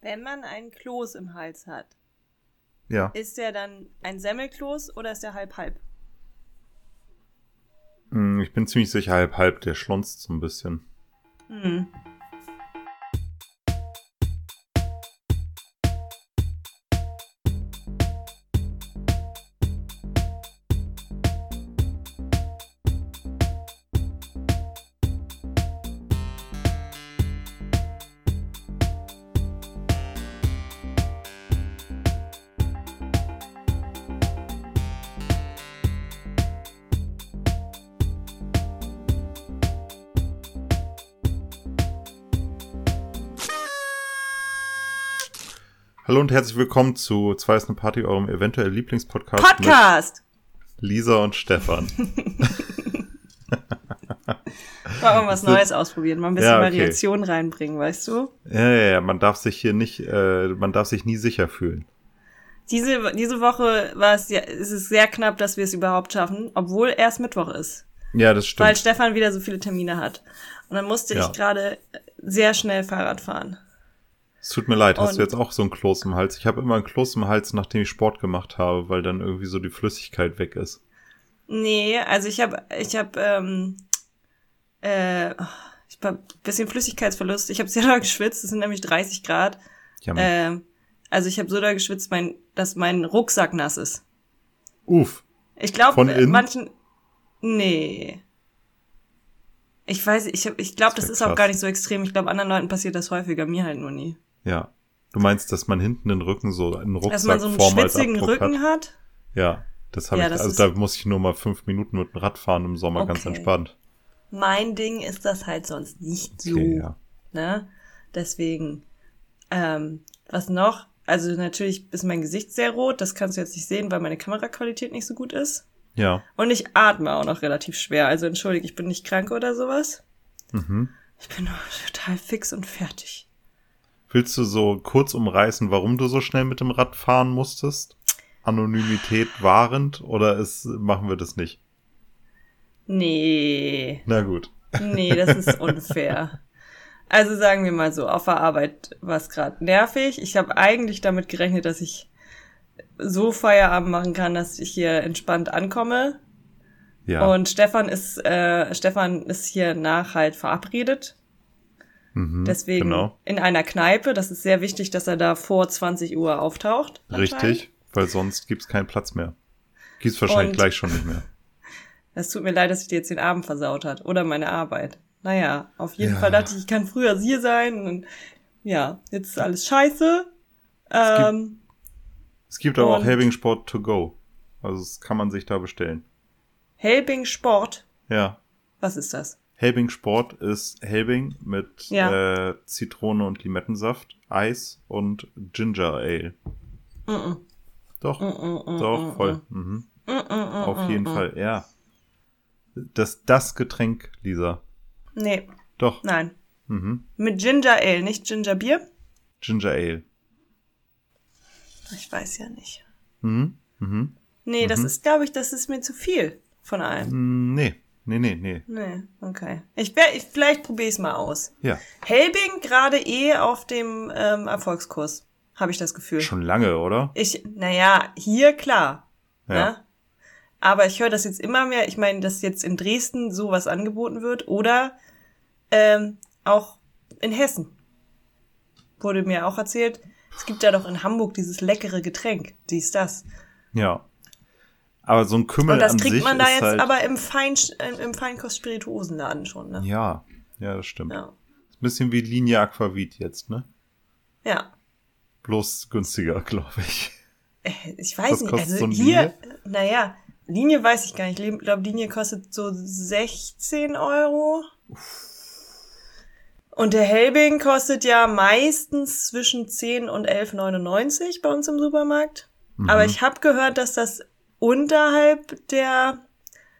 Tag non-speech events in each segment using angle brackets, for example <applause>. Wenn man einen Kloß im Hals hat, Ja. ist der dann ein Semmelkloß oder ist der halb-halb? Hm, Ich bin ziemlich sicher, halb, halb, der schlunzt so ein bisschen. Hm. Hallo und herzlich willkommen zu Zwei ist eine Party, eurem eventuell Lieblingspodcast Podcast! mit Lisa und <laughs> Stefan. Mal <laughs> irgendwas Neues ausprobieren, mal ein bisschen Ja, okay. Variation reinbringen, weißt du? ja, ja, ja, man darf sich hier nicht, äh, man darf sich nie sicher fühlen. Diese, diese Woche war es, ja, ist es sehr knapp, dass wir es überhaupt schaffen, obwohl erst Mittwoch ist. Ja, das Weil stimmt. Stefan wieder so viele Termine hat. Und dann musste Ja. ich gerade sehr schnell Fahrrad fahren. Es tut mir leid, hast du Und- jetzt auch so einen Kloß im Hals? Ich habe immer einen Kloß im Hals, nachdem ich Sport gemacht habe, weil dann irgendwie so die Flüssigkeit weg ist. Nee, also ich habe ich hab, ähm, äh, ich hab ein bisschen Flüssigkeitsverlust. Ich habe sehr <laughs> doll geschwitzt, es sind nämlich 30 Grad. Jammer. Ähm, also ich habe so doll geschwitzt, mein, dass mein Rucksack nass ist. Uff. Ich glaube, Von innen? manchen. Nee. Ich weiß, ich, hab- ich glaube, Das das, wär ist krass. auch gar nicht so extrem. Ich glaube, anderen Leuten passiert das häufiger, mir halt nur nie. Ja. Du meinst, dass man hinten den Rücken so einen Dass man Rucksack so einen form als schwitzigen Abdruck hat? Rücken hat. Ja, das habe Ja, ich. das also ist- da muss ich nur mal fünf Minuten mit dem Rad fahren im Sommer, ganz Okay. entspannt. Mein Ding ist das halt sonst nicht so. Okay, ja. Ne? Deswegen, ähm, was noch? Also natürlich ist mein Gesicht sehr rot, das kannst du jetzt nicht sehen, weil meine Kameraqualität nicht so gut ist. Ja. Und ich atme auch noch relativ schwer. Also entschuldige, ich bin nicht krank oder sowas. Mhm. Ich bin nur <laughs> total fix und fertig. Willst du so kurz umreißen, warum du so schnell mit dem Rad fahren musstest? Anonymität wahrend oder ist, machen wir das nicht? Nee, Na gut. nee, das <laughs> ist unfair. Also sagen wir mal so, auf der Arbeit war es gerade nervig. Ich habe eigentlich damit gerechnet, dass ich so Feierabend machen kann, dass ich hier entspannt ankomme. Ja. Und Stefan ist, äh, Stefan ist hier nach halt verabredet. mhm, Deswegen Genau. in einer Kneipe. Das ist sehr wichtig, dass er da vor 20 Uhr auftaucht. anscheinend. Richtig, weil sonst gibt's keinen Platz mehr. Gibt's wahrscheinlich Und- gleich schon nicht mehr. Es tut mir leid, dass ich dir jetzt den Abend versaut hat. Oder meine Arbeit. Naja, auf jeden Ja. Fall dachte ich, ich kann früher hier sein. Und ja, jetzt ist alles scheiße. gibt- Ähm, Es gibt aber auch Und- Helbing Sport to go. Also das kann man sich da bestellen. Helbing Sport. Ja, Was ist das? Helbing Sport ist Helbing mit Ja. äh, Zitrone und Limettensaft, Eis und Ginger Ale. Mm -mm, Doch, mm -mm, mm doch, -mm, voll. Mhm. Mm -mm, mm, Auf mm, jeden mm. Fall, ja. Das, das Getränk, Lisa. Nee, Doch. nein. Mhm. Mit Ginger Ale, nicht Ginger Bier. Ginger Ale. Ich weiß ja nicht. Mhm. Mhm. Nee, das Mhm. ist, glaube ich, das ist mir zu viel von allem. Mm, Nee, nee, nee, nee. Nee, okay. Ich wär, ich, vielleicht probiere ich es mal aus. Ja, Helbing gerade eh auf dem ähm, Erfolgskurs, habe ich das Gefühl. schon lange, oder? Ich, naja, hier klar. Ja. Ne? Aber ich höre das jetzt immer mehr. Ich meine, dass jetzt in Dresden sowas angeboten wird oder ähm, auch in Hessen. Wurde mir auch erzählt. Es gibt ja doch in Hamburg dieses leckere Getränk. Dies, das. Ja. Aber so ein Kümmel Und das an kriegt sich man da ist jetzt halt, aber im, Fein, im, im Feinkost-Spirituosenladen schon, ne? Ja, ja, das stimmt. Ja. Ist ein bisschen wie Linie Aquavit jetzt, ne? ja. Bloß günstiger, <laughs> glaube ich. Äh, Ich weiß Was nicht, kostet also so eine hier, naja, Linie weiß ich gar nicht. Ich glaube, Linie kostet so 16 Euro. Und der Helbing kostet ja meistens zwischen 10 und 11,99 bei uns im Supermarkt. Mhm. Aber ich habe gehört, dass das unterhalb der,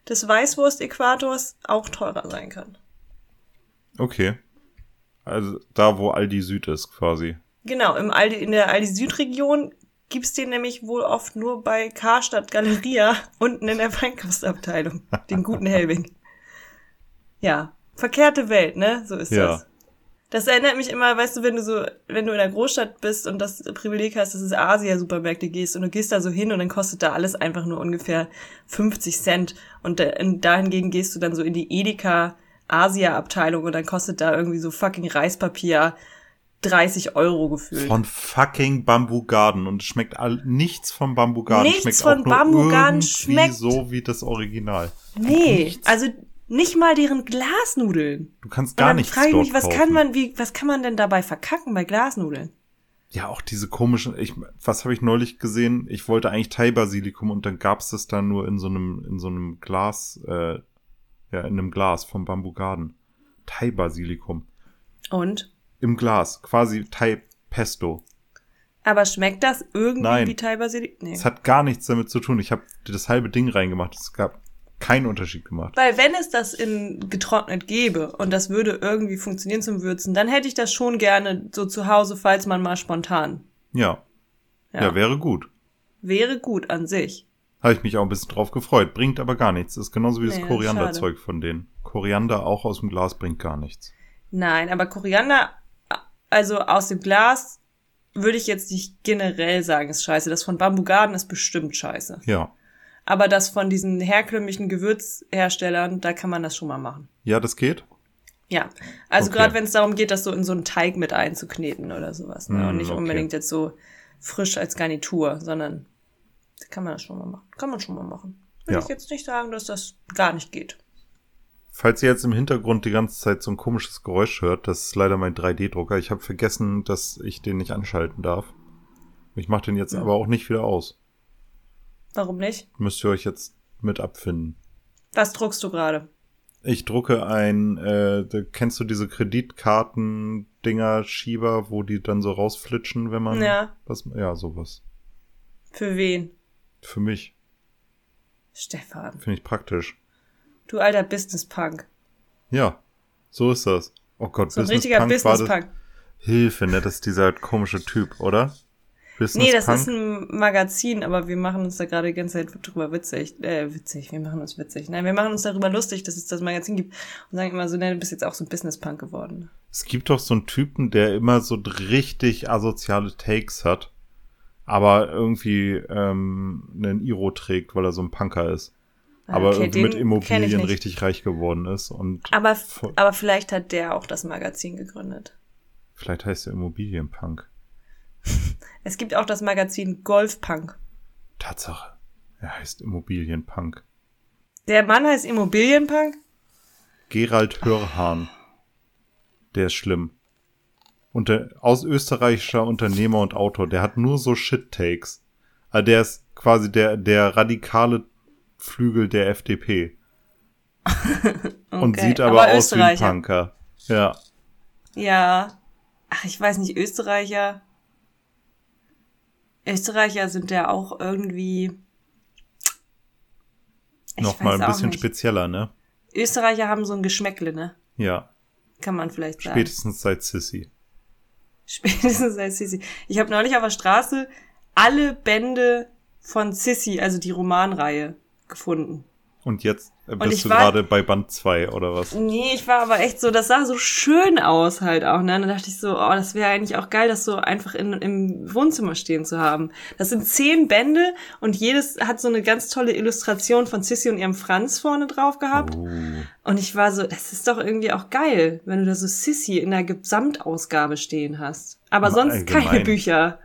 des Weißwurst-Äquators auch teurer sein kann. Okay. Also da, wo Aldi Süd ist, quasi. Genau, im Aldi, in der Aldi Südregion gibt's den nämlich wohl oft nur bei Karstadt Galeria <laughs> unten in der Weinkostabteilung, den guten Helbing. Ja, verkehrte Welt, ne? So ist Ja. das. Das erinnert mich immer, weißt du, wenn du so, wenn du in der Großstadt bist und das Privileg hast, dass es Asia-Supermärkte gehst und du gehst da so hin und dann kostet da alles einfach nur ungefähr 50 Cent und da, und dahingegen gehst du dann so in die Edeka Asia-Abteilung und dann kostet da irgendwie so fucking Reispapier 30 Euro gefühlt. Von fucking Bamboo Garden und es schmeckt all, nichts vom Bamboo Garden. Nichts schmeckt von auch nur Bamboo Garden irgendwie schmeckt- so wie das Original. nee, nichts. also nicht mal deren Glasnudeln. Du kannst und gar dann nichts frage ich dort mich, was kaufen. kann man, wie, was kann man denn dabei verkacken bei Glasnudeln? Ja, auch diese komischen, ich, was habe ich neulich gesehen? Ich wollte eigentlich Thai-Basilikum und dann gab's das dann nur in so einem, in so einem Glas, äh, ja, in einem Glas vom Bamboo Garden. Thai-Basilikum. Und? Im Glas, quasi Thai-Pesto. Aber schmeckt das irgendwie Nein. wie Thai-Basilikum? Nee. Es hat gar nichts damit zu tun. Ich habe das halbe Ding reingemacht. Es gab keinen Unterschied gemacht. Weil wenn es das in getrocknet gäbe und das würde irgendwie funktionieren zum Würzen, dann hätte ich das schon gerne so zu Hause, falls man mal spontan. Ja, ja, Ja. wäre gut. wäre gut an sich. Habe ich mich auch ein bisschen drauf gefreut. Bringt aber gar nichts. Ist genauso wie das Nee, Korianderzeug von denen. Koriander auch aus dem Glas bringt gar nichts. Nein, aber Koriander, also aus dem Glas, würde ich jetzt nicht generell sagen, ist scheiße. Das von Bamboo Garden ist bestimmt scheiße. Ja. Aber das von diesen herkömmlichen Gewürzherstellern, da kann man das schon mal machen. Ja, das geht. Ja, also Okay. gerade wenn es darum geht, das so in so einen Teig mit einzukneten oder sowas. Ne? Mm, Und nicht okay. unbedingt jetzt so frisch als Garnitur, sondern da kann man das schon mal machen. Kann man schon mal machen. Würde Ja. ich jetzt nicht sagen, dass das gar nicht geht. Falls ihr jetzt im Hintergrund die ganze Zeit so ein komisches Geräusch hört, das ist leider mein 3D-Drucker. Ich habe vergessen, dass ich den nicht anschalten darf. Ich mache den jetzt Ja. aber auch nicht wieder aus. Warum nicht? Müsst ihr euch jetzt mit abfinden. Was druckst du gerade? Ich drucke ein, äh, da- kennst du diese Kreditkarten-Dinger, Schieber, wo die dann so rausflitschen, wenn man Ja. was, ja, sowas. Für wen? Für mich Stefan, finde ich praktisch. du alter Business-Punk. Ja, so ist das. Oh Gott, So ein Business richtiger Punk war das. Business-Punk. Hilfe, ne? Das ist dieser komische Typ, oder? Business Nee, das ist ein Magazin, aber wir machen uns da gerade die ganze Zeit drüber witzig. Äh, witzig, wir machen uns witzig. Nein, wir machen uns darüber lustig, dass es das Magazin gibt und sagen immer so, nein, du bist jetzt auch so ein Business-Punk geworden. Es gibt doch so einen Typen, der immer so richtig asoziale Takes hat, aber irgendwie ähm, einen Iro trägt, weil er so ein Punker ist. Ah, aber okay, irgendwie mit den kenn ich Immobilien nicht. Ah. richtig reich geworden ist und Aber, Voll. aber vielleicht hat der auch das Magazin gegründet. vielleicht heißt er Immobilienpunk. Es gibt auch das Magazin Golf-Punk. Tatsache, er heißt Immobilienpunk. Der Mann heißt Immobilien-Punk? Gerald Hörhahn. Der ist schlimm. Und der, aus österreichischer Unternehmer und Autor, der hat nur so Shit-Takes. Also der ist quasi der, der radikale Flügel der FDP. Und Okay, sieht aber, aber aus wie ein Österreicher. Punker. Ja. Ja. Ach, ich weiß nicht, Österreicher. Österreicher sind ja auch irgendwie. Ich Nochmal weiß ein auch bisschen nicht. spezieller, ne? Österreicher haben so ein Geschmäckle, ne? Ja. Kann man vielleicht sagen. Spätestens seit Sissy. Spätestens als Sissi. Ich habe neulich auf der Straße alle Bände von Sissi, also die Romanreihe, gefunden. Und jetzt äh, Und ich bist du war- gerade bei Band 2 oder was? Nee, ich war aber echt so, das sah so schön aus halt auch, ne? Da dachte ich so, oh, das wäre eigentlich auch geil, das so einfach in, im Wohnzimmer stehen zu haben. Das sind zehn Bände und jedes hat so eine ganz tolle Illustration von Sissy und ihrem Franz vorne drauf gehabt. Oh. Und ich war so, das ist doch irgendwie auch geil, wenn du da so Sissy in der Gesamtausgabe stehen hast. Aber Im sonst keine Allgemeinen. Bücher.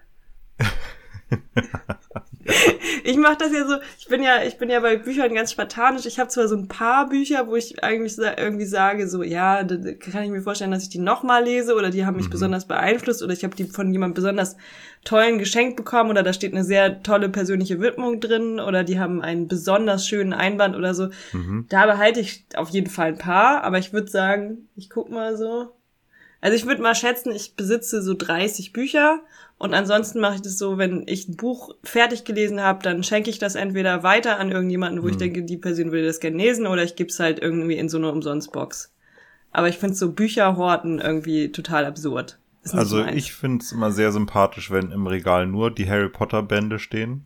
Ich mache das ja so, ich bin ja, ich bin ja bei Büchern ganz spartanisch. Ich habe zwar so ein paar Bücher, wo ich eigentlich sa- irgendwie sage, so ja, da da kann ich mir vorstellen, dass ich die nochmal lese oder die haben mich Mhm. besonders beeinflusst oder ich habe die von jemandem besonders tollen geschenkt bekommen oder da steht eine sehr tolle persönliche Widmung drin oder die haben einen besonders schönen Einband oder so. Mhm. Da behalte ich auf jeden Fall ein paar, aber ich würde sagen, ich guck mal so. Also ich würde mal schätzen, ich besitze so 30 Bücher und ansonsten mache ich das so, wenn ich ein Buch fertig gelesen habe, dann schenke ich das entweder weiter an irgendjemanden, wo ich Hm. denke, die Person würde das gerne lesen oder ich gebe es halt irgendwie in so eine Umsonstbox. Aber ich finde so Bücherhorten irgendwie total absurd. Ist nicht Also meins. ich find's immer sehr sympathisch, wenn im Regal nur die Harry Potter Bände stehen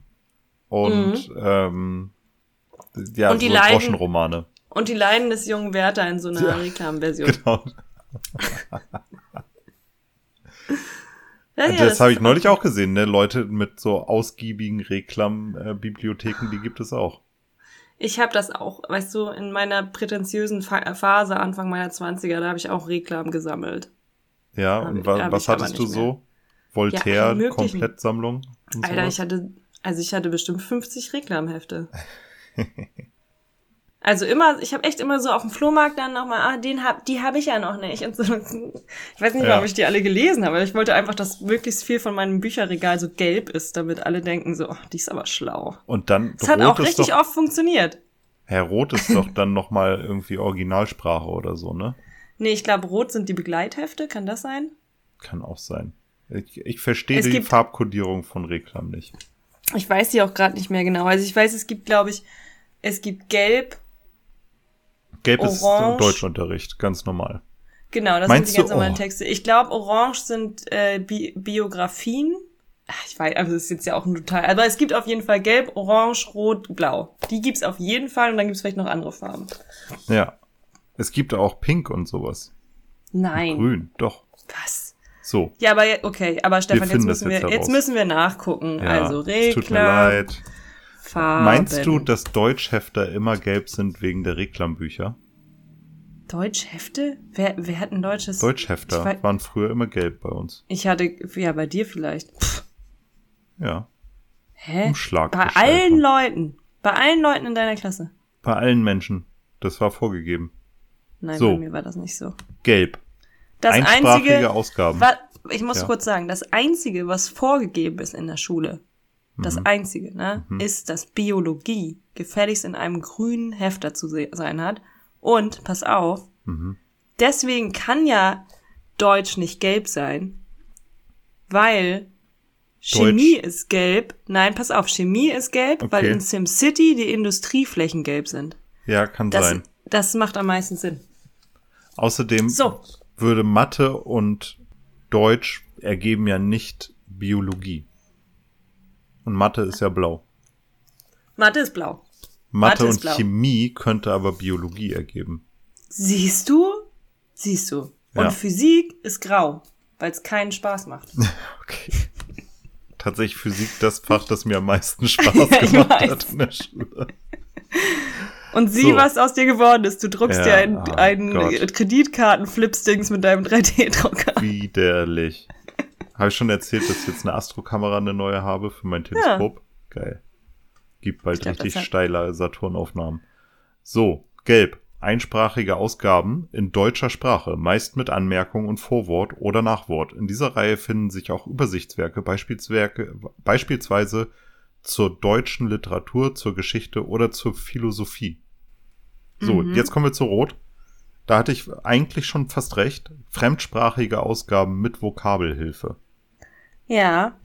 und ähm, ja Mhm. Und die so Leiden- <laughs> Ah, Groschenromane. Und die Leiden des jungen Werther in so einer Reklamversion. Genau. Ja, ja, <laughs> das habe ich ist- neulich auch gesehen, ne? Leute mit so ausgiebigen Reklam-Bibliotheken, die gibt es auch. Ich habe das auch, weißt du, in meiner prätentiösen Fa äh, Phase Anfang meiner 20er, da habe ich auch Reklam gesammelt. Ja, Hab und ich- wa hab was ich aber hattest du nicht mehr. so? Ja, alle Voltaire, möglichen. Komplettsammlung? und Alter, sowas? ich hatte, also ich hatte bestimmt 50 <laughs> Reklamhefte. Also immer, ich habe echt immer so auf dem Flohmarkt dann nochmal, ah, den hab, die habe ich ja noch nicht. Und so, ich weiß nicht, Ja. warum ich die alle gelesen habe, aber ich wollte einfach, dass möglichst viel von meinem Bücherregal so gelb ist, damit alle denken so, oh, die ist aber schlau. Und dann Das hat auch ist richtig doch, oft funktioniert. Herr Rot <laughs> ist doch dann nochmal irgendwie Originalsprache oder so, ne? Nee, ich glaube, rot sind die Begleithefte, kann das sein? Kann auch sein. Ich, ich verstehe Es die gibt- Farbkodierung von Reklam nicht. Ich weiß die auch gerade nicht mehr genau. Also ich weiß, es gibt, glaube ich, es gibt gelb. Gelb ist im Orange. Deutschunterricht, ganz normal. Genau, das Meinst sind die ganz du? normalen Oh. Texte. Ich glaube, orange sind äh, Bi Biografien. Ach, Ich weiß, also das ist jetzt ja auch ein total. Aber es gibt auf jeden Fall gelb, orange, rot, blau. Die gibt's auf jeden Fall und dann gibt's vielleicht noch andere Farben. Ja. Es gibt auch Pink und sowas. Nein. Grün, doch. Was? So. Ja, aber je- okay, aber Stefan, jetzt finden das müssen wir jetzt jetzt, heraus. müssen wir nachgucken. Ja, also es tut mir Regler, leid. Farben. Meinst du, dass Deutschhefter immer gelb sind wegen der Reklambücher? Deutschhefte? Wer, wer hat ein deutsches? Ich Deutschhefter wei- waren früher immer gelb bei uns. Ich hatte, ja, bei dir vielleicht. Pff, Ja. hä? Umschlag Bei gestalten. allen Leuten. Bei allen Leuten in deiner Klasse. Bei allen Menschen. Das war vorgegeben. Nein, So. bei mir war das nicht so. Gelb. Das Einsprachige einzige, Ausgaben. wa, ich muss Ja. kurz sagen, das einzige, was vorgegeben ist in der Schule, das Mhm. einzige, ne, ist, dass Biologie gefälligst in einem grünen Heft dazu se- sein hat. Und pass auf, Mhm. deswegen kann ja Deutsch nicht gelb sein, weil Chemie ist gelb. Nein, pass auf, Chemie ist gelb, weil Okay. in SimCity die Industrieflächen gelb sind. Ja, kann Das, sein. das macht am meisten Sinn. Außerdem So. würde Mathe und Deutsch ergeben ja nicht Biologie. Und Mathe ist ja blau. Mathe ist blau. Mathe, Mathe ist und blau. Chemie könnte aber Biologie ergeben. Siehst du? Siehst du. Ja. Und Physik ist grau, weil es keinen Spaß <laughs> macht. Okay. Tatsächlich Physik das Fach, das mir <laughs> am meisten Spaß Ja, ich gemacht weiß. hat in der Schule. Und sieh, So. was aus dir geworden ist. Du druckst Ja, dir einen, ah, einen Gott. Kreditkarten-Flips-Dings mit deinem <laughs> 3D-Drucker. Widerlich. Habe ich schon erzählt, dass ich jetzt eine Astro-Kamera eine neue habe für mein Teleskop? Geil. Gibt bald Ich glaub, richtig das hat- steile Saturnaufnahmen. So, gelb. Einsprachige Ausgaben in deutscher Sprache, meist mit Anmerkung und Vorwort oder Nachwort. In dieser Reihe finden sich auch Übersichtswerke, Beispielswerke, beispielsweise zur deutschen Literatur, zur Geschichte oder zur Philosophie. So, Mhm. jetzt kommen wir zu Rot. Da hatte ich eigentlich schon fast recht. Fremdsprachige Ausgaben mit Vokabelhilfe. Ja.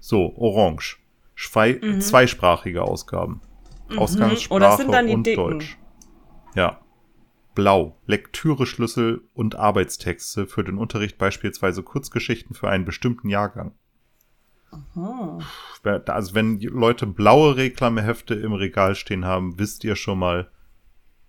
So, Orange. Schwei Zweisprachige Ausgaben. Ausgangssprache Mhm. Oder es sind dann die und dicken. Deutsch. Ja. Blau. Lektüre-Schlüssel und Arbeitstexte für den Unterricht, beispielsweise Kurzgeschichten für einen bestimmten Jahrgang. Hm. Puh, wer- Also wenn die Leute blaue Reklamehefte im Regal stehen haben, wisst ihr schon mal,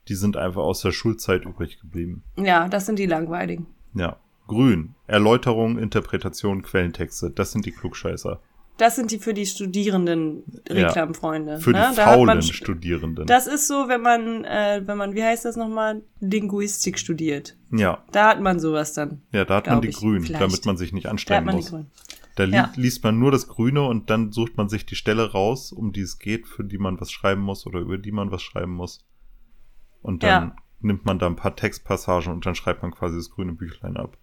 die sind einfach aus der Schulzeit übrig geblieben. Ja, das sind die langweiligen. Ja. Grün. Erläuterung, Interpretation, Quellentexte. Das sind die Klugscheißer. Das sind die für die Studierenden Ja. Reklamfreunde. Für die ne? Da hat man faulen St- Studierenden. Das ist so, wenn man, äh, wenn man, wie heißt das nochmal, Linguistik studiert. ja, Da hat man sowas dann. ja, da hat man Glaub die ich, Grünen, vielleicht. damit man sich nicht Da hat anstrengen man die muss. Grünen. Da li Ja. liest man nur das Grüne und dann sucht man sich die Stelle raus, um die es geht, für die man was schreiben muss oder über die man was schreiben muss. Und dann Ja. nimmt man da ein paar Textpassagen und dann schreibt man quasi das grüne Büchlein ab.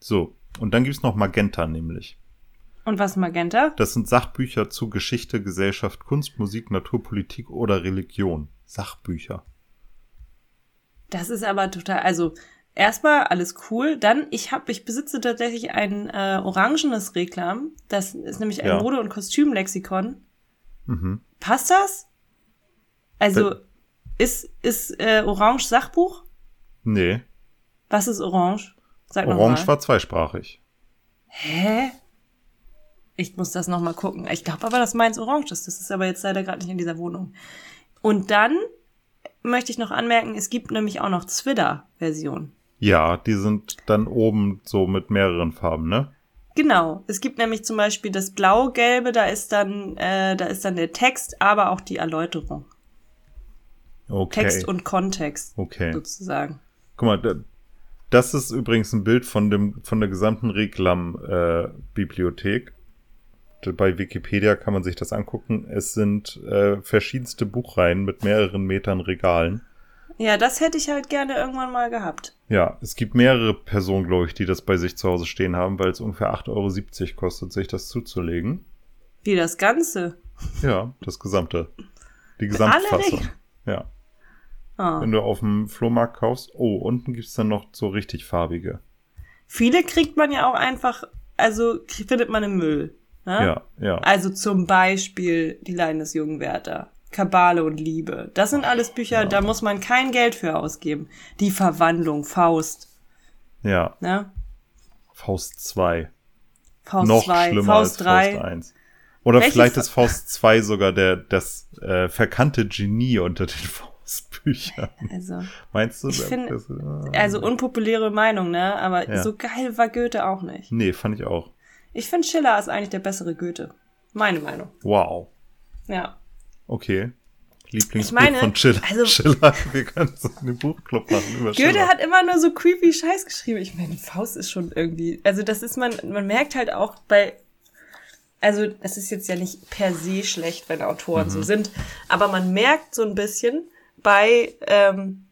So, und dann gibt's noch Magenta nämlich. Und was Magenta? Das sind Sachbücher zu Geschichte, Gesellschaft, Kunst, Musik, Naturpolitik oder Religion. Sachbücher. Das ist aber total, also erstmal alles cool. Dann, ich habe, ich besitze tatsächlich ein äh, orangenes Reklam. Das ist nämlich ein Ja. Mode- und Kostümlexikon. Mhm. Passt das? Also Da- ist ist äh, Orange Sachbuch? Nee, Was ist Orange? Sag noch Orange mal. war zweisprachig. Hä? Ich muss das noch mal gucken. Ich glaube aber, dass meins orange ist. Das ist aber jetzt leider gerade nicht in dieser Wohnung. Und dann möchte ich noch anmerken, es gibt nämlich auch noch Zwitter-Version. Ja, die sind dann oben so mit mehreren Farben, ne? Genau. Es gibt nämlich zum Beispiel das Blau-Gelbe, da ist dann, äh, da ist dann der Text, aber auch die Erläuterung. Okay. Text und Kontext okay. sozusagen. Guck mal, da- das ist übrigens ein Bild von dem von der gesamten Reglam-Bibliothek. Bei Wikipedia kann man sich das angucken. Es sind äh, verschiedenste Buchreihen mit mehreren Metern Regalen. Ja, das hätte ich halt gerne irgendwann mal gehabt. Ja, es gibt mehrere Personen, glaube ich, die das bei sich zu Hause stehen haben, weil es ungefähr 8,70 Euro kostet, sich das zuzulegen. Wie das Ganze. Ja, das gesamte. Die alle Gesamtfassung. Regeln? Ja. Ah. Wenn du auf dem Flohmarkt kaufst. Oh, unten gibt's dann noch so richtig farbige. Viele kriegt man ja auch einfach, also k- findet man im Müll. Ne? Ja, ja. Also zum Beispiel die Leiden des jungen Werther, Kabale und Liebe. Das sind alles Bücher, da muss man kein Geld für ausgeben. Die Verwandlung, Faust, Ja. ne? Faust 2. Faust noch 2, schlimmer Faust als 3. Faust 1. Oder Welches- <laughs> vielleicht ist Faust 2 sogar der, das äh, verkannte Genie unter den <laughs> Faustbüchern. Also, Meinst du? Ich find- das, äh, also unpopuläre Meinung, ne? Aber Ja. so geil war Goethe auch nicht. nee, fand ich auch. Ich finde Schiller ist eigentlich der bessere Goethe. Meine Meinung. Wow. Ja. Okay. Lieblingsbuch meine, von Schiller. also- <laughs> Schiller. Wir können so einen Buchclub machen über Goethe Schiller. hat immer nur so creepy Scheiß geschrieben. Ich meine, Faust ist schon irgendwie. Also das ist man, man merkt halt auch bei. Also es ist jetzt ja nicht per se schlecht, wenn Autoren Mhm. so sind, aber man merkt so ein bisschen bei ähm,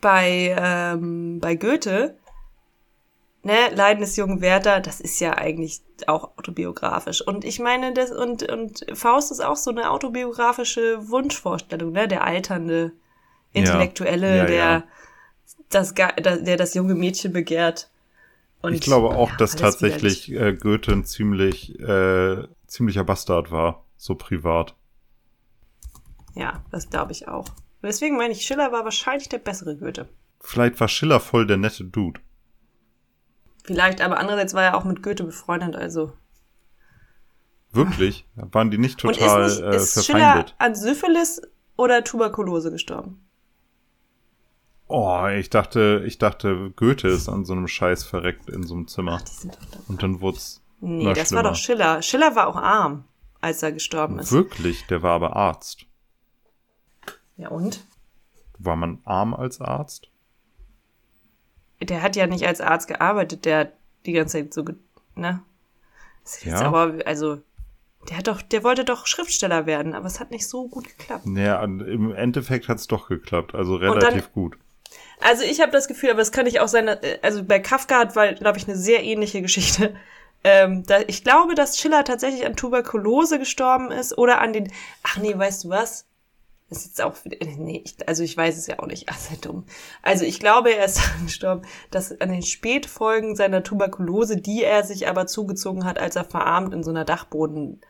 bei ähm, bei Goethe. Ne, Leiden des jungen Werther, das ist ja eigentlich auch autobiografisch. Und ich meine, das und, und Faust ist auch so eine autobiografische Wunschvorstellung, ne? Der alternde Ja. Intellektuelle, Ja, ja. der das, Ge- da- der das junge Mädchen begehrt. Und ich glaube auch, ja, dass alles tatsächlich äh, Goethe ein ziemlich, äh, ziemlicher Bastard war. So privat. widerlich. Ja, das glaube ich auch. Und deswegen meine ich, Schiller war wahrscheinlich der bessere Goethe. Vielleicht war Schiller voll der nette Dude. Vielleicht, aber andererseits war er auch mit Goethe befreundet, also. <laughs> Wirklich? Waren die nicht Und total ist, nicht, äh, ist Schiller verfeindet? an Syphilis oder Tuberkulose gestorben? Oh, ich dachte, ich dachte, Goethe ist an so einem Scheiß verreckt in so einem Zimmer. Die sind doch Und dann wurd's. nee, noch das schlimmer. war doch Schiller. Schiller war auch arm, als er gestorben ist. Wirklich, der war aber Arzt. Ja, und? War man arm als Arzt? Der hat ja nicht als Arzt gearbeitet, der hat die ganze Zeit so, ge ne? Das ist jetzt Ja. aber, also, der hat doch, der wollte doch Schriftsteller werden, aber es hat nicht so gut geklappt. Naja, an- im Endeffekt hat's doch geklappt, also dann- relativ gut. Also ich habe das Gefühl, aber es kann nicht auch sein, äh, also bei Kafka hat, war, glaube ich, eine sehr ähnliche Geschichte. <laughs> Ähm, da, ich glaube, dass Schiller tatsächlich an Tuberkulose gestorben ist oder an den. Ach nee, weißt du was? Das ist jetzt auch. <laughs> Nee, ich, also ich weiß es ja auch nicht. <laughs> Ach, sei dumm. Also ich glaube, er ist <laughs> daran gestorben, dass an den Spätfolgen seiner Tuberkulose, die er sich aber zugezogen hat, als er verarmt in so einer Dachboden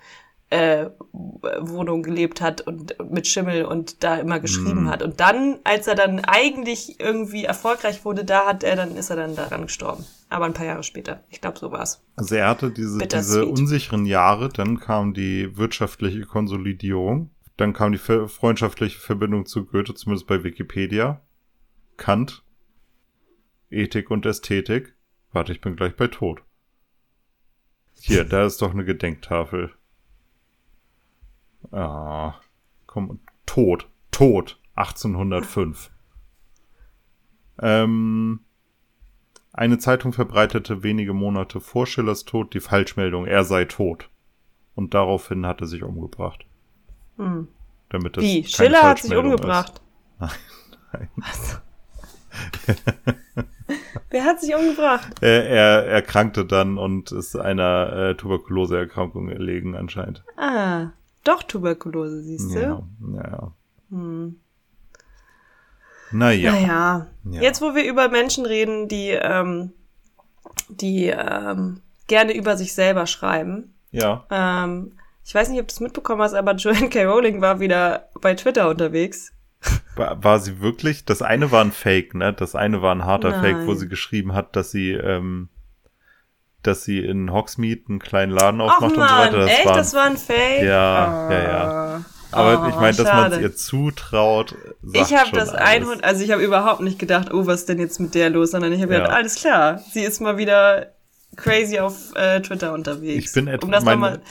äh, Wohnung gelebt hat und mit Schimmel und da immer geschrieben Mm. hat. Und dann, als er dann eigentlich irgendwie erfolgreich wurde, da hat er dann, ist er dann daran gestorben. Aber ein paar Jahre später. Ich glaube, so war's. Also er hatte diese, diese Bittersweet. unsicheren Jahre, dann kam die wirtschaftliche Konsolidierung, dann kam die fe- freundschaftliche Verbindung zu Goethe, zumindest bei Wikipedia, Kant, Ethik und Ästhetik. Warte, ich bin gleich bei Tod. Hier, da ist doch eine Gedenktafel. Ah, komm, Tod, Tod, 1805. Ähm, eine Zeitung verbreitete wenige Monate vor Schillers Tod die Falschmeldung, er sei tot. Und daraufhin hat er sich umgebracht. Hm. Damit das Wie? keine Schiller hat sich Falschmeldung umgebracht. Was? <laughs> Wer hat sich umgebracht? Ist. Er, er erkrankte dann und ist einer äh, Tuberkuloseerkrankung erlegen anscheinend. Ah, doch Tuberkulose, siehst du? Ja, ja. Hm. Naja. Naja. Ja. Jetzt, wo wir über Menschen reden, die, ähm, die ähm, gerne über sich selber schreiben, Ja. Ähm, ich weiß nicht, ob du es mitbekommen hast, aber <laughs> Joanne K. Rowling war wieder bei Twitter unterwegs. War, war sie wirklich? Das eine war ein Fake, ne? Das eine war ein harter Fake, wo Nein. sie geschrieben hat, dass sie, ähm, dass sie in Hogsmeade einen kleinen Laden Ach aufmacht und so man, weiter. Das echt? war ein das war ein Fake? Ja, Ah. ja, ja. Aber Oh, ich meine, dass man es schade. ihr zutraut. Sagt ich habe schon das alles. 100, also ich habe überhaupt nicht gedacht, oh, was ist denn jetzt mit der los, sondern ich habe Ja. gedacht, alles klar, sie ist mal wieder crazy auf äh, Twitter unterwegs. Ich bin et- um das mein- nochmal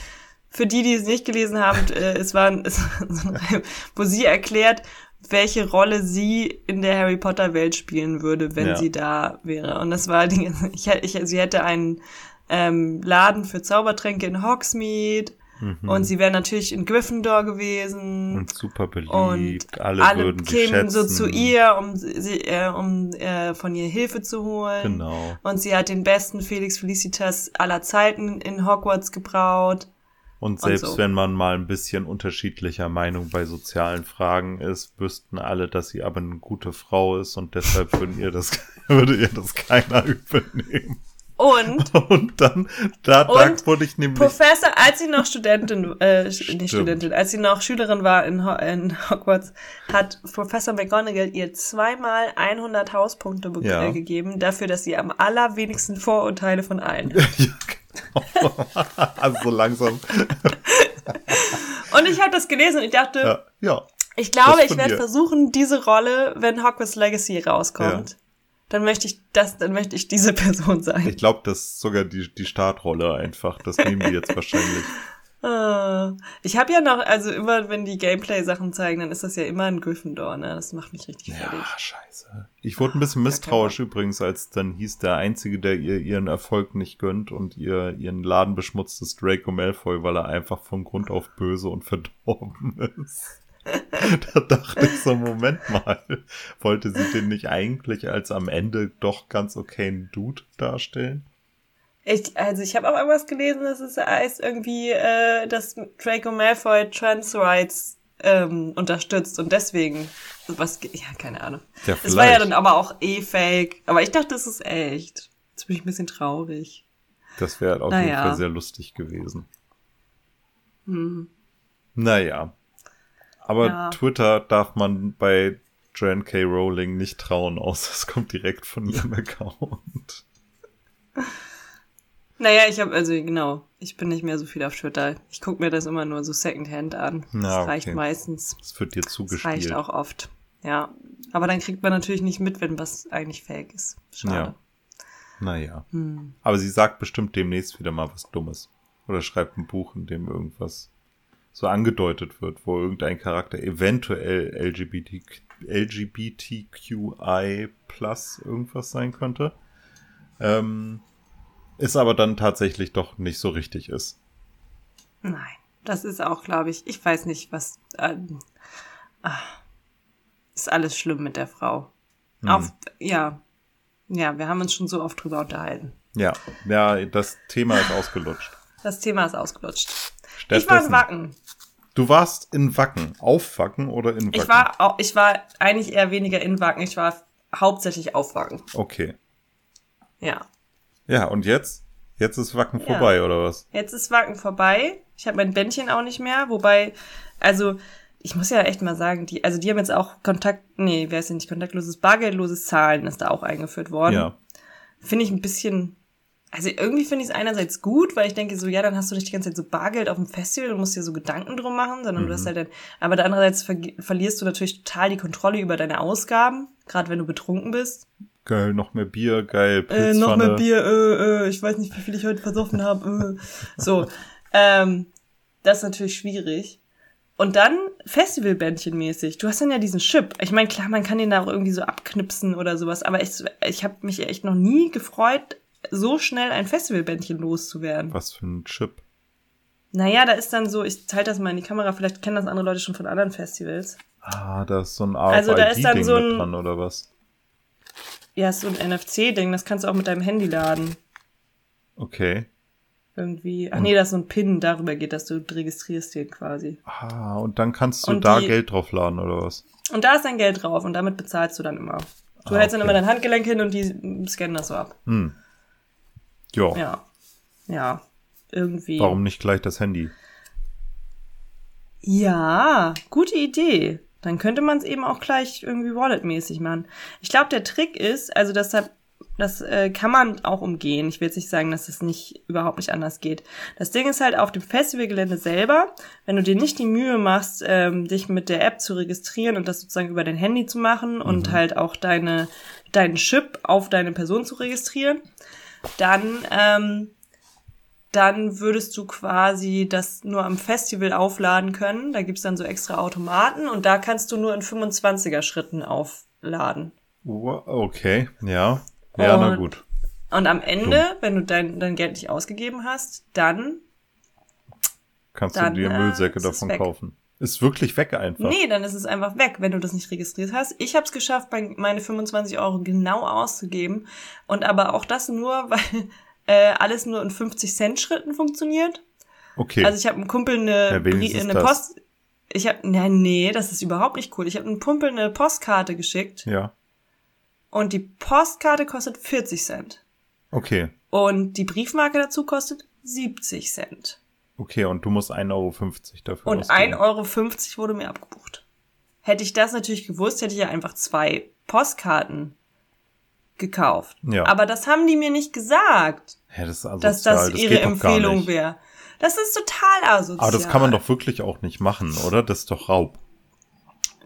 für die, die es nicht gelesen haben, äh, es war ein, <laughs> es war so ein Reim, wo sie erklärt, welche Rolle sie in der Harry Potter Welt spielen würde, wenn Ja. sie da wäre. Und das war die, ich, hätt- ich, sie hätte einen ähm, Laden für Zaubertränke in Hogsmeade Mhm. und sie wäre natürlich in Gryffindor gewesen und super beliebt. und alle, würden sie schätzen. kämen so zu ihr, um, sie, äh, um äh, von ihr Hilfe zu holen. Genau. Und sie hat den besten Felix Felicitas aller Zeiten in Hogwarts gebraut. Und selbst so. wenn man mal ein bisschen unterschiedlicher Meinung bei sozialen Fragen ist, wüssten alle, dass sie aber eine gute Frau ist und deshalb würden ihr das, <laughs> würde ihr das keiner <laughs> übernehmen. <laughs> Und Und dann, da, da Und wurde ich nämlich Professor, als sie noch Studentin, äh, sch- Stimmt. nicht Studentin, als sie noch Schülerin war in, Ho in Hogwarts, hat Professor McGonagall ihr zweimal 100 Hauspunkte be- Ja. äh, gegeben, dafür, dass sie am allerwenigsten Vorurteile von allen hat. <laughs> Ja, genau. <laughs> also so langsam. Und ich habe das gelesen und ich dachte, Ja, ja. Ich glaube, Das ich von werde dir. versuchen, diese Rolle, wenn Hogwarts Legacy rauskommt, Ja. dann möchte ich das, dann möchte ich diese <laughs> Person sein. Ich glaube, das ist sogar die, die Startrolle einfach. Das nehmen die <laughs> jetzt wahrscheinlich. Äh, Ich habe ja noch, also immer, wenn die Gameplay-Sachen zeigen, dann ist das ja immer ein Gryffindor, ne? Das macht mich richtig fertig. Ja, scheiße. Ich wurde ein bisschen misstrauisch übrigens, als dann hieß, der Einzige, der ihr ihren Erfolg nicht gönnt und ihr ihren Laden beschmutzt, ist Draco Malfoy, weil er einfach von Grund auf böse und verdorben <laughs> ist. Da dachte ich so, Moment mal, wollte sie den nicht eigentlich als am Ende doch ganz okayen Dude darstellen? Ich, also ich habe auch irgendwas gelesen, dass es heißt irgendwie, äh, dass Draco Malfoy Trans Rights ähm, unterstützt und deswegen was, ge- ja keine Ahnung. Ja, Es war ja vielleicht. dann aber auch eh fake. Aber ich dachte, es ist echt. Jetzt bin ich ein bisschen traurig. Das wäre auf jeden Naja. Fall sehr lustig gewesen. Hm. Naja. Aber Ja. Twitter darf man bei Joanne K. Rowling nicht trauen, außer es kommt direkt von ihrem Account. Naja, ich habe also genau, ich bin nicht mehr so viel auf Twitter. Ich gucke mir das immer nur so Secondhand an. Na, das okay. reicht meistens. Es wird dir Das zugespielt. reicht auch oft. Ja. Aber dann kriegt man natürlich nicht mit, wenn was eigentlich fake ist. Schade. Naja. Hm. Aber sie sagt bestimmt demnächst wieder mal was Dummes. Oder schreibt ein Buch, in dem irgendwas so angedeutet wird, wo irgendein Charakter eventuell LGBT, LGBTQI plus irgendwas sein könnte. Ähm, ist aber dann tatsächlich doch nicht so richtig ist. Nein. Das ist auch, glaube ich, ich weiß nicht, was. Ähm, ah, ist alles schlimm mit der Frau. Mhm. Auf, ja. Ja, wir haben uns schon so oft drüber unterhalten. Ja, ja, das Thema ist ausgelutscht. Das Thema ist ausgelutscht. Ich war Stattdessen- in Wacken. Du warst in Wacken. Auf Wacken oder in Wacken? Ich war, au- ich war eigentlich eher weniger in Wacken. Ich war hauptsächlich auf Wacken. Okay. Ja. Ja, und jetzt? Jetzt ist Wacken Ja. vorbei, oder was? Jetzt ist Wacken vorbei. Ich habe mein Bändchen auch nicht mehr. Wobei, also, ich muss ja echt mal sagen, die, also die haben jetzt auch Kontakt, nee, wer ist denn nicht kontaktloses, bargeldloses Zahlen ist da auch eingeführt worden. Ja. Finde ich ein bisschen, also irgendwie finde ich es einerseits gut, weil ich denke so, ja, dann hast du nicht die ganze Zeit so Bargeld auf dem Festival und musst dir so Gedanken drum machen, sondern Mhm. du hast halt dann, aber der andererseits ver verlierst du natürlich total die Kontrolle über deine Ausgaben, gerade wenn du betrunken bist. Geil, noch mehr Bier, geil, äh, Pilzpfanne. noch mehr Bier, äh, äh, ich weiß nicht, wie viel ich heute versoffen habe. Äh. So, ähm, das ist natürlich schwierig. Und dann Festivalbändchen mäßig. Du hast dann ja diesen Chip. Ich meine, klar, man kann den da auch irgendwie so abknipsen oder sowas, aber ich, ich habe mich echt noch nie gefreut, so schnell ein Festivalbändchen loszuwerden. Was für ein Chip. Naja, da ist dann so, ich halte das mal in die Kamera, vielleicht kennen das andere Leute schon von anderen Festivals. Ah, da ist so ein Also da ist dann RFID-Ding so mit ein- dran, oder was? Ja, ist so ein NFC-Ding, das kannst du auch mit deinem Handy laden. Okay. Irgendwie. Ach nee, das ist so ein Pin, darüber geht das, du registrierst den quasi. Ah, und dann kannst du Und da die- Geld draufladen, oder was? Und da ist dein Geld drauf und damit bezahlst du dann immer. Du Ah, hältst dann okay. immer dein Handgelenk hin und die mm, scannen das so ab. Hm. Jo, Ja. Ja. Irgendwie. warum nicht gleich das Handy? Ja, gute Idee. Dann könnte man es eben auch gleich irgendwie walletmäßig machen. Ich glaube, der Trick ist, also deshalb das äh, kann man auch umgehen. Ich will jetzt nicht sagen, dass es nicht überhaupt nicht anders geht. Das Ding ist halt auf dem Festivalgelände selber, wenn du dir nicht die Mühe machst, ähm, dich mit der App zu registrieren und das sozusagen über dein Handy zu machen und halt auch deine deinen Chip auf deine Person zu registrieren, dann ähm, dann würdest du quasi das nur am Festival aufladen können. Da gibt's dann so extra Automaten und da kannst du nur in 25er Schritten aufladen. Wha- Okay, ja. Ja, na Und- gut. Und am Ende, wenn du dein, dein Geld nicht ausgegeben hast, dann, Kannst dann, du dir äh, Müllsäcke ist es davon weg. kaufen. Ist wirklich weg einfach. nee, dann ist es einfach weg, wenn du das nicht registriert hast. Ich habe es geschafft, mein- meine 25 Euro genau auszugeben. Und aber auch das nur, <laughs> weil äh, alles nur in 50 Cent Schritten funktioniert. Okay. Also ich habe einem Kumpel eine, Ja, wenigstens Brie- eine das. Post. Ich habe, nein, nee, das ist überhaupt nicht cool. Ich habe einem Kumpel eine Postkarte geschickt ja. und die Postkarte kostet 40 Cent Okay. und die Briefmarke dazu kostet 70 Cent. Okay, und du musst 1,50 Euro dafür Und ausgeben. 1,50 Euro wurde mir abgebucht. Hätte ich das natürlich gewusst, hätte ich ja einfach zwei Postkarten gekauft. Ja. Aber das haben die mir nicht gesagt, Ja, das ist asozial. dass das, das ihre geht doch gar Empfehlung nicht. wäre. Das ist total asozial. Aber das kann man doch wirklich auch nicht machen, oder? Das ist doch Raub.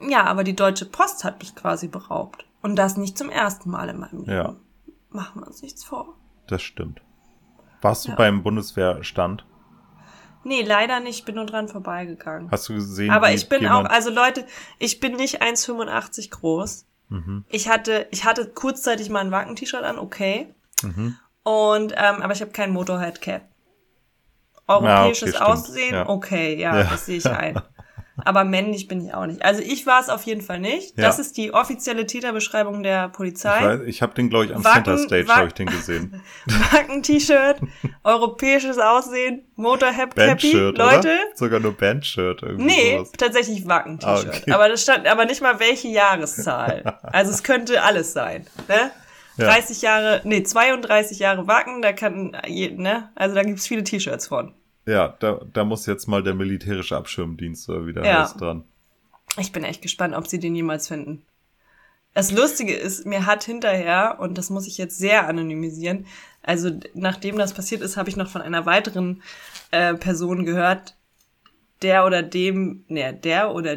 Ja, aber die Deutsche Post hat mich quasi beraubt. Und das nicht zum ersten Mal in meinem Leben. Ja. Machen wir uns nichts vor. Das stimmt. Warst du Ja. beim Bundeswehrstand? Nee, leider nicht. Bin nur dran vorbeigegangen. Hast du gesehen? Aber wie ich bin auch, jemand- also Leute, ich bin nicht 1,85 groß. Mhm, Ich hatte, ich hatte kurzzeitig mal ein Wacken-T-Shirt an, okay. mhm. Und, ähm, aber ich habe kein Motorhead-Cap. Europäisches stimmt. Aussehen, Ja. okay, ja, Ja. das <laughs> sehe ich ein. Aber männlich bin ich auch nicht. Also ich war es auf jeden Fall nicht. Ja. Das ist die offizielle Täterbeschreibung der Ich, Polizei. weiß- ich habe den, glaube ich, am Wacken- Center Stage Wa- habe ich <laughs> den gesehen. <laughs> Marken-T-Shirt, europäisches Aussehen, Motorhead-Cappy, Bandshirt, Leute. oder? Sogar nur Bandshirt irgendwie Nee, sowas. tatsächlich Wacken-T-Shirt. Ah, okay. Aber das stand aber nicht mal welche Jahreszahl. <laughs> Also es könnte alles sein, ne? Ja. 30 Jahre, nee, 32 Jahre Wacken, da kann, je- ne? Also da gibt's viele T-Shirts von. Ja, da, da muss jetzt mal der militärische Abschirmdienst oder wieder Ja. heißt dran. Ich bin echt gespannt, ob sie den jemals finden. Das Lustige ist, mir hat hinterher, und das muss ich jetzt sehr anonymisieren, also d- nachdem das passiert ist, habe ich noch von einer weiteren äh, Person gehört, der oder dem, ne, der oder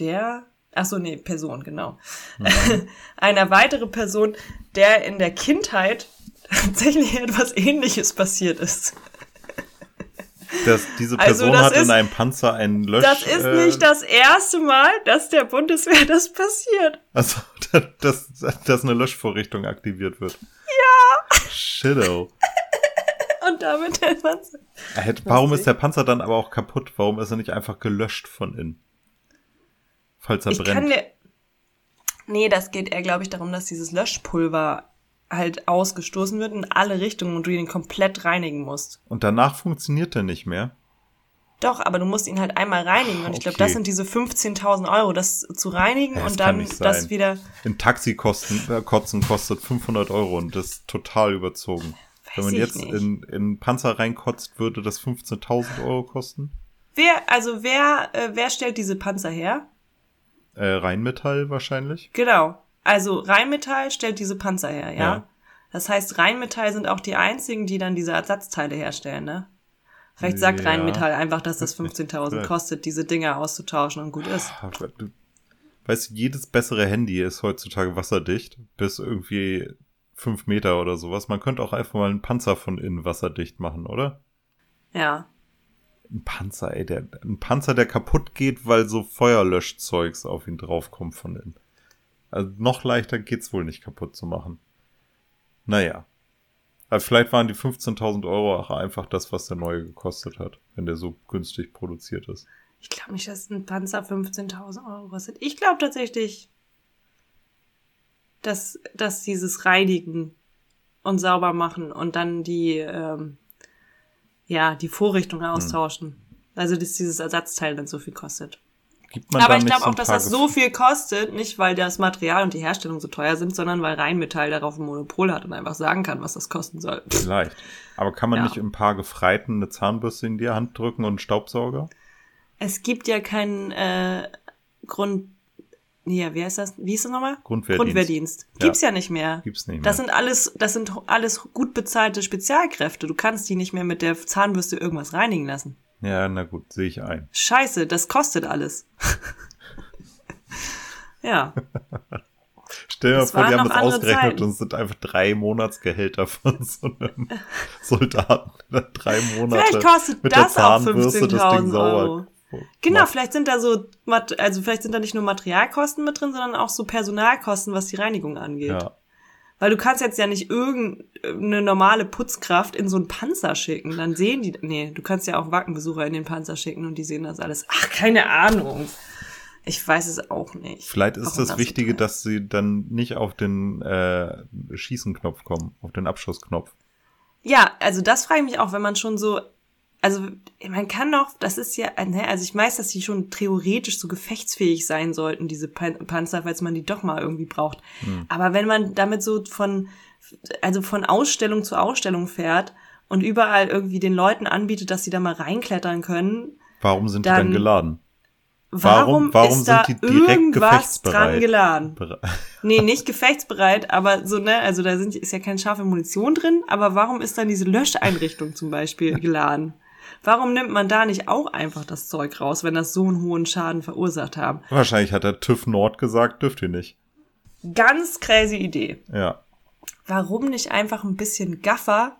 der, ach so, nee, Person, genau. <laughs> einer weitere Person, der in der Kindheit <laughs> tatsächlich etwas ähnliches passiert ist. Das, diese Also, Person das hat in ist- einem Panzer einen Lösch. Das ist äh, nicht das erste Mal, dass der Bundeswehr das passiert. Also, <laughs> dass, dass eine Löschvorrichtung aktiviert wird. Ja. Shitto. Und damit <laughs> nennt man's. Er hätte- Warum ist der Panzer dann aber auch kaputt? Warum ist er nicht einfach gelöscht von innen? Falls er Ich kann brennt. dir. Nee, das geht eher, glaube ich, darum, dass dieses Löschpulver halt ausgestoßen wird in alle Richtungen und du ihn komplett reinigen musst. Und danach funktioniert er nicht mehr. Doch, aber du musst ihn halt einmal reinigen. Und ich glaube, Okay. das sind diese 15.000 Euro, das zu reinigen Ja, das und kann dann nicht sein. das wieder. In Taxikosten äh, kotzen kostet 500 Euro und das ist total überzogen. Weiß Wenn man ich jetzt nicht. in, in Panzer reinkotzt, würde das 15.000 Euro kosten. Wer, also wer, äh, wer stellt diese Panzer her? Äh, Rheinmetall wahrscheinlich. Genau. Also Rheinmetall stellt diese Panzer her, ja? Ja. Das heißt, Rheinmetall sind auch die einzigen, die dann diese Ersatzteile herstellen, ne? Vielleicht sagt Ja. Rheinmetall einfach, dass <laughs> das 15.000 Ja. kostet, diese Dinger auszutauschen und gut ist. Aber Ah, du- Weißt du, jedes bessere Handy ist heutzutage wasserdicht, bis irgendwie 5 Meter oder sowas. Man könnte auch einfach mal einen Panzer von innen wasserdicht machen, oder? Ja. Ein Panzer, ey, der, ein Panzer, der kaputt geht, weil so Feuerlöschzeugs auf ihn draufkommt von innen. Also noch leichter geht's wohl nicht kaputt zu machen. Naja. Aber vielleicht waren die 15.000 Euro auch einfach das, was der neue gekostet hat, wenn der so günstig produziert ist. Ich glaube nicht, dass ein Panzer 15.000 Euro kostet. Ich glaube tatsächlich, dass, dass dieses Reinigen und sauber machen und dann die, ähm, ja, die Vorrichtung Hm. austauschen. Also, dass dieses Ersatzteil dann so viel kostet. Gibt man Aber da ich nicht glaube so auch, ein dass paar das so viel kostet, nicht weil das Material und die Herstellung so teuer sind, sondern weil Rheinmetall darauf ein Monopol hat und einfach sagen kann, was das kosten soll. Gef- Vielleicht. Aber kann man Ja. nicht ein paar Gefreiten eine Zahnbürste in die Hand drücken und einen Staubsauger? Es gibt ja keinen äh, Grund, ja, wie heißt das? Wie ist das nochmal? Grundwehrdienst. Grundwehrdienst. Ja. Gibt's ja, nicht mehr. Gibt's nicht mehr. Das sind alles, das sind alles gut bezahlte Spezialkräfte. Du kannst die nicht mehr mit der Zahnbürste irgendwas reinigen lassen. ja, na gut, sehe ich ein. Scheiße, das kostet alles. <laughs> <laughs> ja, Stell dir mal Es vor, die waren haben noch das andere ausgerechnet Zeiten. und es sind einfach drei Monatsgehälter von so einem <laughs> Soldaten. der Drei Monate Vielleicht kostet mit das der auch Zahnbürste das Ding 15.000 sauber. Euro. genau, macht. vielleicht sind da so, Mat- also vielleicht sind da nicht nur Materialkosten mit drin, sondern auch so Personalkosten, was die Reinigung angeht. Ja. Weil du kannst jetzt ja nicht irgendeine normale Putzkraft in so einen Panzer schicken. Dann sehen die. Nee, du kannst ja auch Wackenbesucher in den Panzer schicken und die sehen das alles. Ach, keine Ahnung. Ich weiß es auch nicht. Vielleicht ist Warum das, Wichtige, so teuer dass sie dann nicht auf den äh, Schießenknopf kommen, auf den Abschussknopf. ist. Ja, also das frage ich mich auch, wenn man schon so. Also man kann doch, das ist ja, ne, also ich weiß, dass die schon theoretisch so gefechtsfähig sein sollten, diese Pan Panzer, falls man die doch mal irgendwie braucht. Hm. Aber wenn man damit so von, also von Ausstellung zu Ausstellung fährt und überall irgendwie den Leuten anbietet, dass sie da mal reinklettern können, Warum sind die Dann- dann geladen? warum, Warum- warum ist sind da die direkt irgendwas dran gefechtsbereit? geladen? Bere- <laughs> Nee, nicht gefechtsbereit, aber so, ne, also da sind, ist ja keine scharfe Munition drin, aber warum ist dann diese Löscheinrichtung zum Beispiel geladen? Warum nimmt man da nicht auch einfach das Zeug raus, wenn das so einen hohen Schaden verursacht haben? Wahrscheinlich hat der TÜV Nord gesagt, dürft ihr nicht. Ganz crazy Idee. Ja. warum nicht einfach ein bisschen Gaffer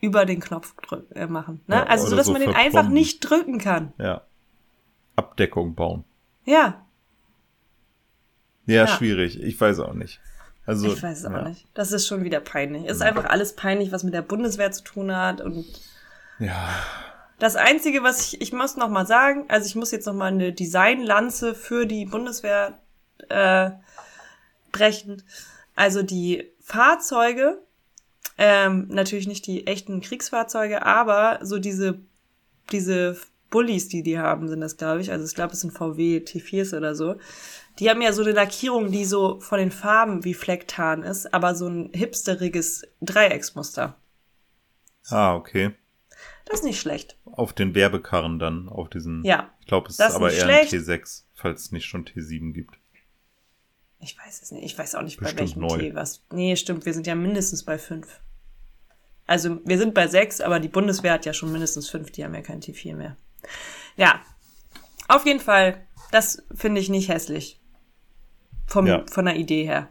über den Knopf drück- äh, machen? Ne? Ja, also so, oder dass so man den verpflomben. einfach nicht drücken kann. Ja. Abdeckung bauen. Ja, Ja, Ja. schwierig. Ich weiß auch nicht. Also, ich weiß es auch ja. nicht. Das ist schon wieder peinlich. Ist Ja. einfach alles peinlich, was mit der Bundeswehr zu tun hat. Und Ja, das Einzige, was ich, ich muss noch mal sagen, also ich muss jetzt noch mal eine Designlanze für die Bundeswehr äh, brechen. Also die Fahrzeuge, ähm, natürlich nicht die echten Kriegsfahrzeuge, aber so diese, diese Bullies, die die haben, sind das, glaube ich. Also ich glaube, es sind VW T4s oder so. Die haben ja so eine Lackierung, die so von den Farben wie Flecktarn ist, aber so ein hipsteriges Dreiecksmuster. Ah, okay. Das ist nicht schlecht. Auf den Werbekarren dann, auf diesen. Ja, Ich glaube, es Das ist ist aber nicht eher ein schlecht. T6, falls es nicht schon T7 gibt. Ich weiß es nicht. Ich weiß auch nicht, bei Bestimmt welchem neu. Tee was. Nee, stimmt. Wir sind ja mindestens bei fünf. Also, wir sind bei sechs, aber die Bundeswehr hat ja schon mindestens fünf. Die haben ja kein T4 mehr. Ja. Auf jeden Fall. Das finde ich nicht hässlich. Vom, Ja. Von der Idee her.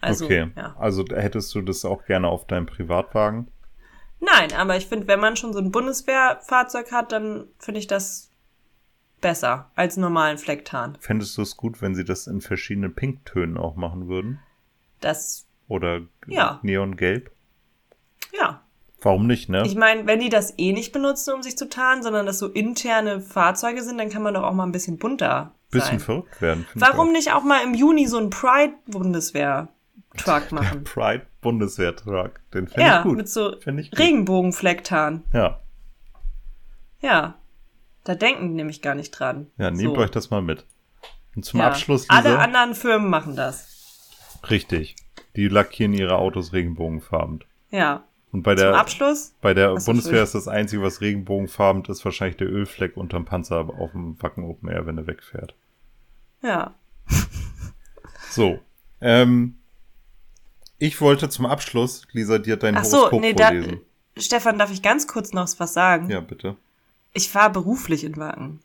Also, okay. ja. Also da hättest du das auch gerne auf deinem Privatwagen. Nein, aber ich finde, wenn man schon so ein Bundeswehrfahrzeug hat, dann finde ich das besser als einen normalen Flecktarn. Fändest du es gut, wenn sie das in verschiedenen Pinktönen auch machen würden? Das, Oder g- Ja. Neongelb? ja, Warum nicht, ne? Ich meine, wenn die das eh nicht benutzen, um sich zu tarnen, sondern das so interne Fahrzeuge sind, dann kann man doch auch mal ein bisschen bunter Bisschen sein. verrückt werden. find ich Warum auch. nicht auch mal im Juni so einen <laughs> Pride-Bundeswehr-Truck machen? Pride Bundeswehr-Truck. Den finde ja, ich gut. mit so Find ich gut. Regenbogenflecktarn. Ja. Ja. Da denken die nämlich gar nicht dran. Ja, nehmt So. euch das mal mit. Und zum Ja. Ah, Abschluss, Lisa, Alle anderen Firmen machen das. richtig, die lackieren ihre Autos regenbogenfarben. Ja. Und bei Zum der, Abschluss? bei der Ach so, Bundeswehr ist das Einzige, was regenbogenfarben ist, wahrscheinlich der Ölfleck unterm Panzer auf dem Wacken Open Air, wenn er wegfährt. Ja. So, ähm, ich wollte zum Abschluss, Lisa, dir dein Ach so, Horoskop nee, da, vorlesen. Stefan, darf ich ganz kurz noch was sagen? Ja, bitte. Ich war beruflich in Wacken.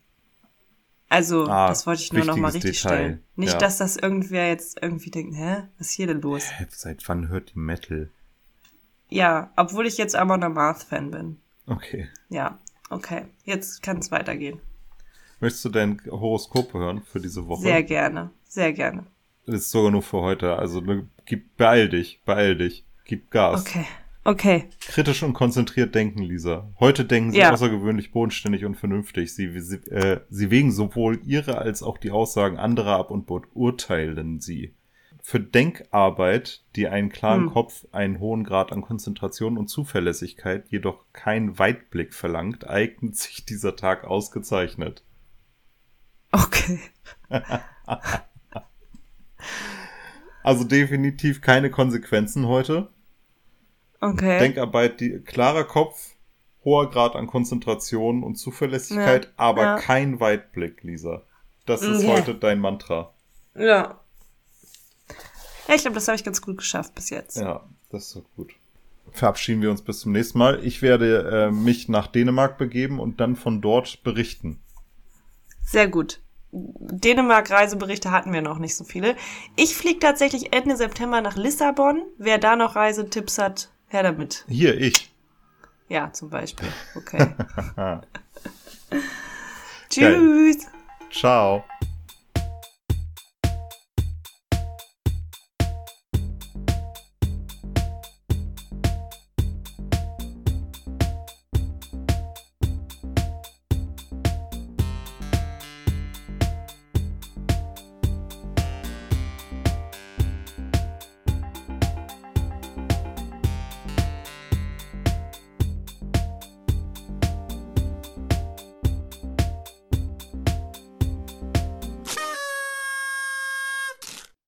Also, Ah, das wollte ich nur nochmal wichtiges richtig Detail. stellen. Nicht, Ja. dass das irgendwer jetzt irgendwie denkt, hä, was ist hier denn los? Hä, Seit wann hört die Metal? Ja, obwohl ich jetzt Amon Amarth-Fan bin. Okay. Ja, okay. Jetzt kann es weitergehen. Möchtest du dein Horoskop hören für diese Woche? Sehr gerne, sehr gerne. Das ist sogar nur für heute. Also ne, gib, beeil dich, beeil dich. Gib Gas. Okay, okay. Kritisch und konzentriert denken, Lisa. Heute denken sie Ja. außergewöhnlich bodenständig und vernünftig. Sie, sie, äh, sie wägen sowohl ihre als auch die Aussagen anderer ab und beurteilen sie. Für Denkarbeit, die einen klaren Hm. Kopf, einen hohen Grad an Konzentration und Zuverlässigkeit, jedoch keinen Weitblick verlangt, eignet sich dieser Tag ausgezeichnet. Okay. Also definitiv keine Konsequenzen heute. Okay. Denkarbeit, die, klarer Kopf, hoher Grad an Konzentration und Zuverlässigkeit, Ja, aber ja. kein Weitblick, Lisa. Das ist Ja. heute dein Mantra. Ja. Ja, ich glaube, das habe ich ganz gut geschafft bis jetzt. Ja, das ist doch gut. Verabschieden wir uns bis zum nächsten Mal. Ich werde äh, mich nach Dänemark begeben und dann von dort berichten. Sehr gut. Dänemark-Reiseberichte hatten wir noch nicht so viele. Ich fliege tatsächlich Ende September nach Lissabon. Wer da noch Reisetipps hat, her damit. Hier, ich. Ah, Ja, zum Beispiel. Okay. Geil. Tschüss. Ciao.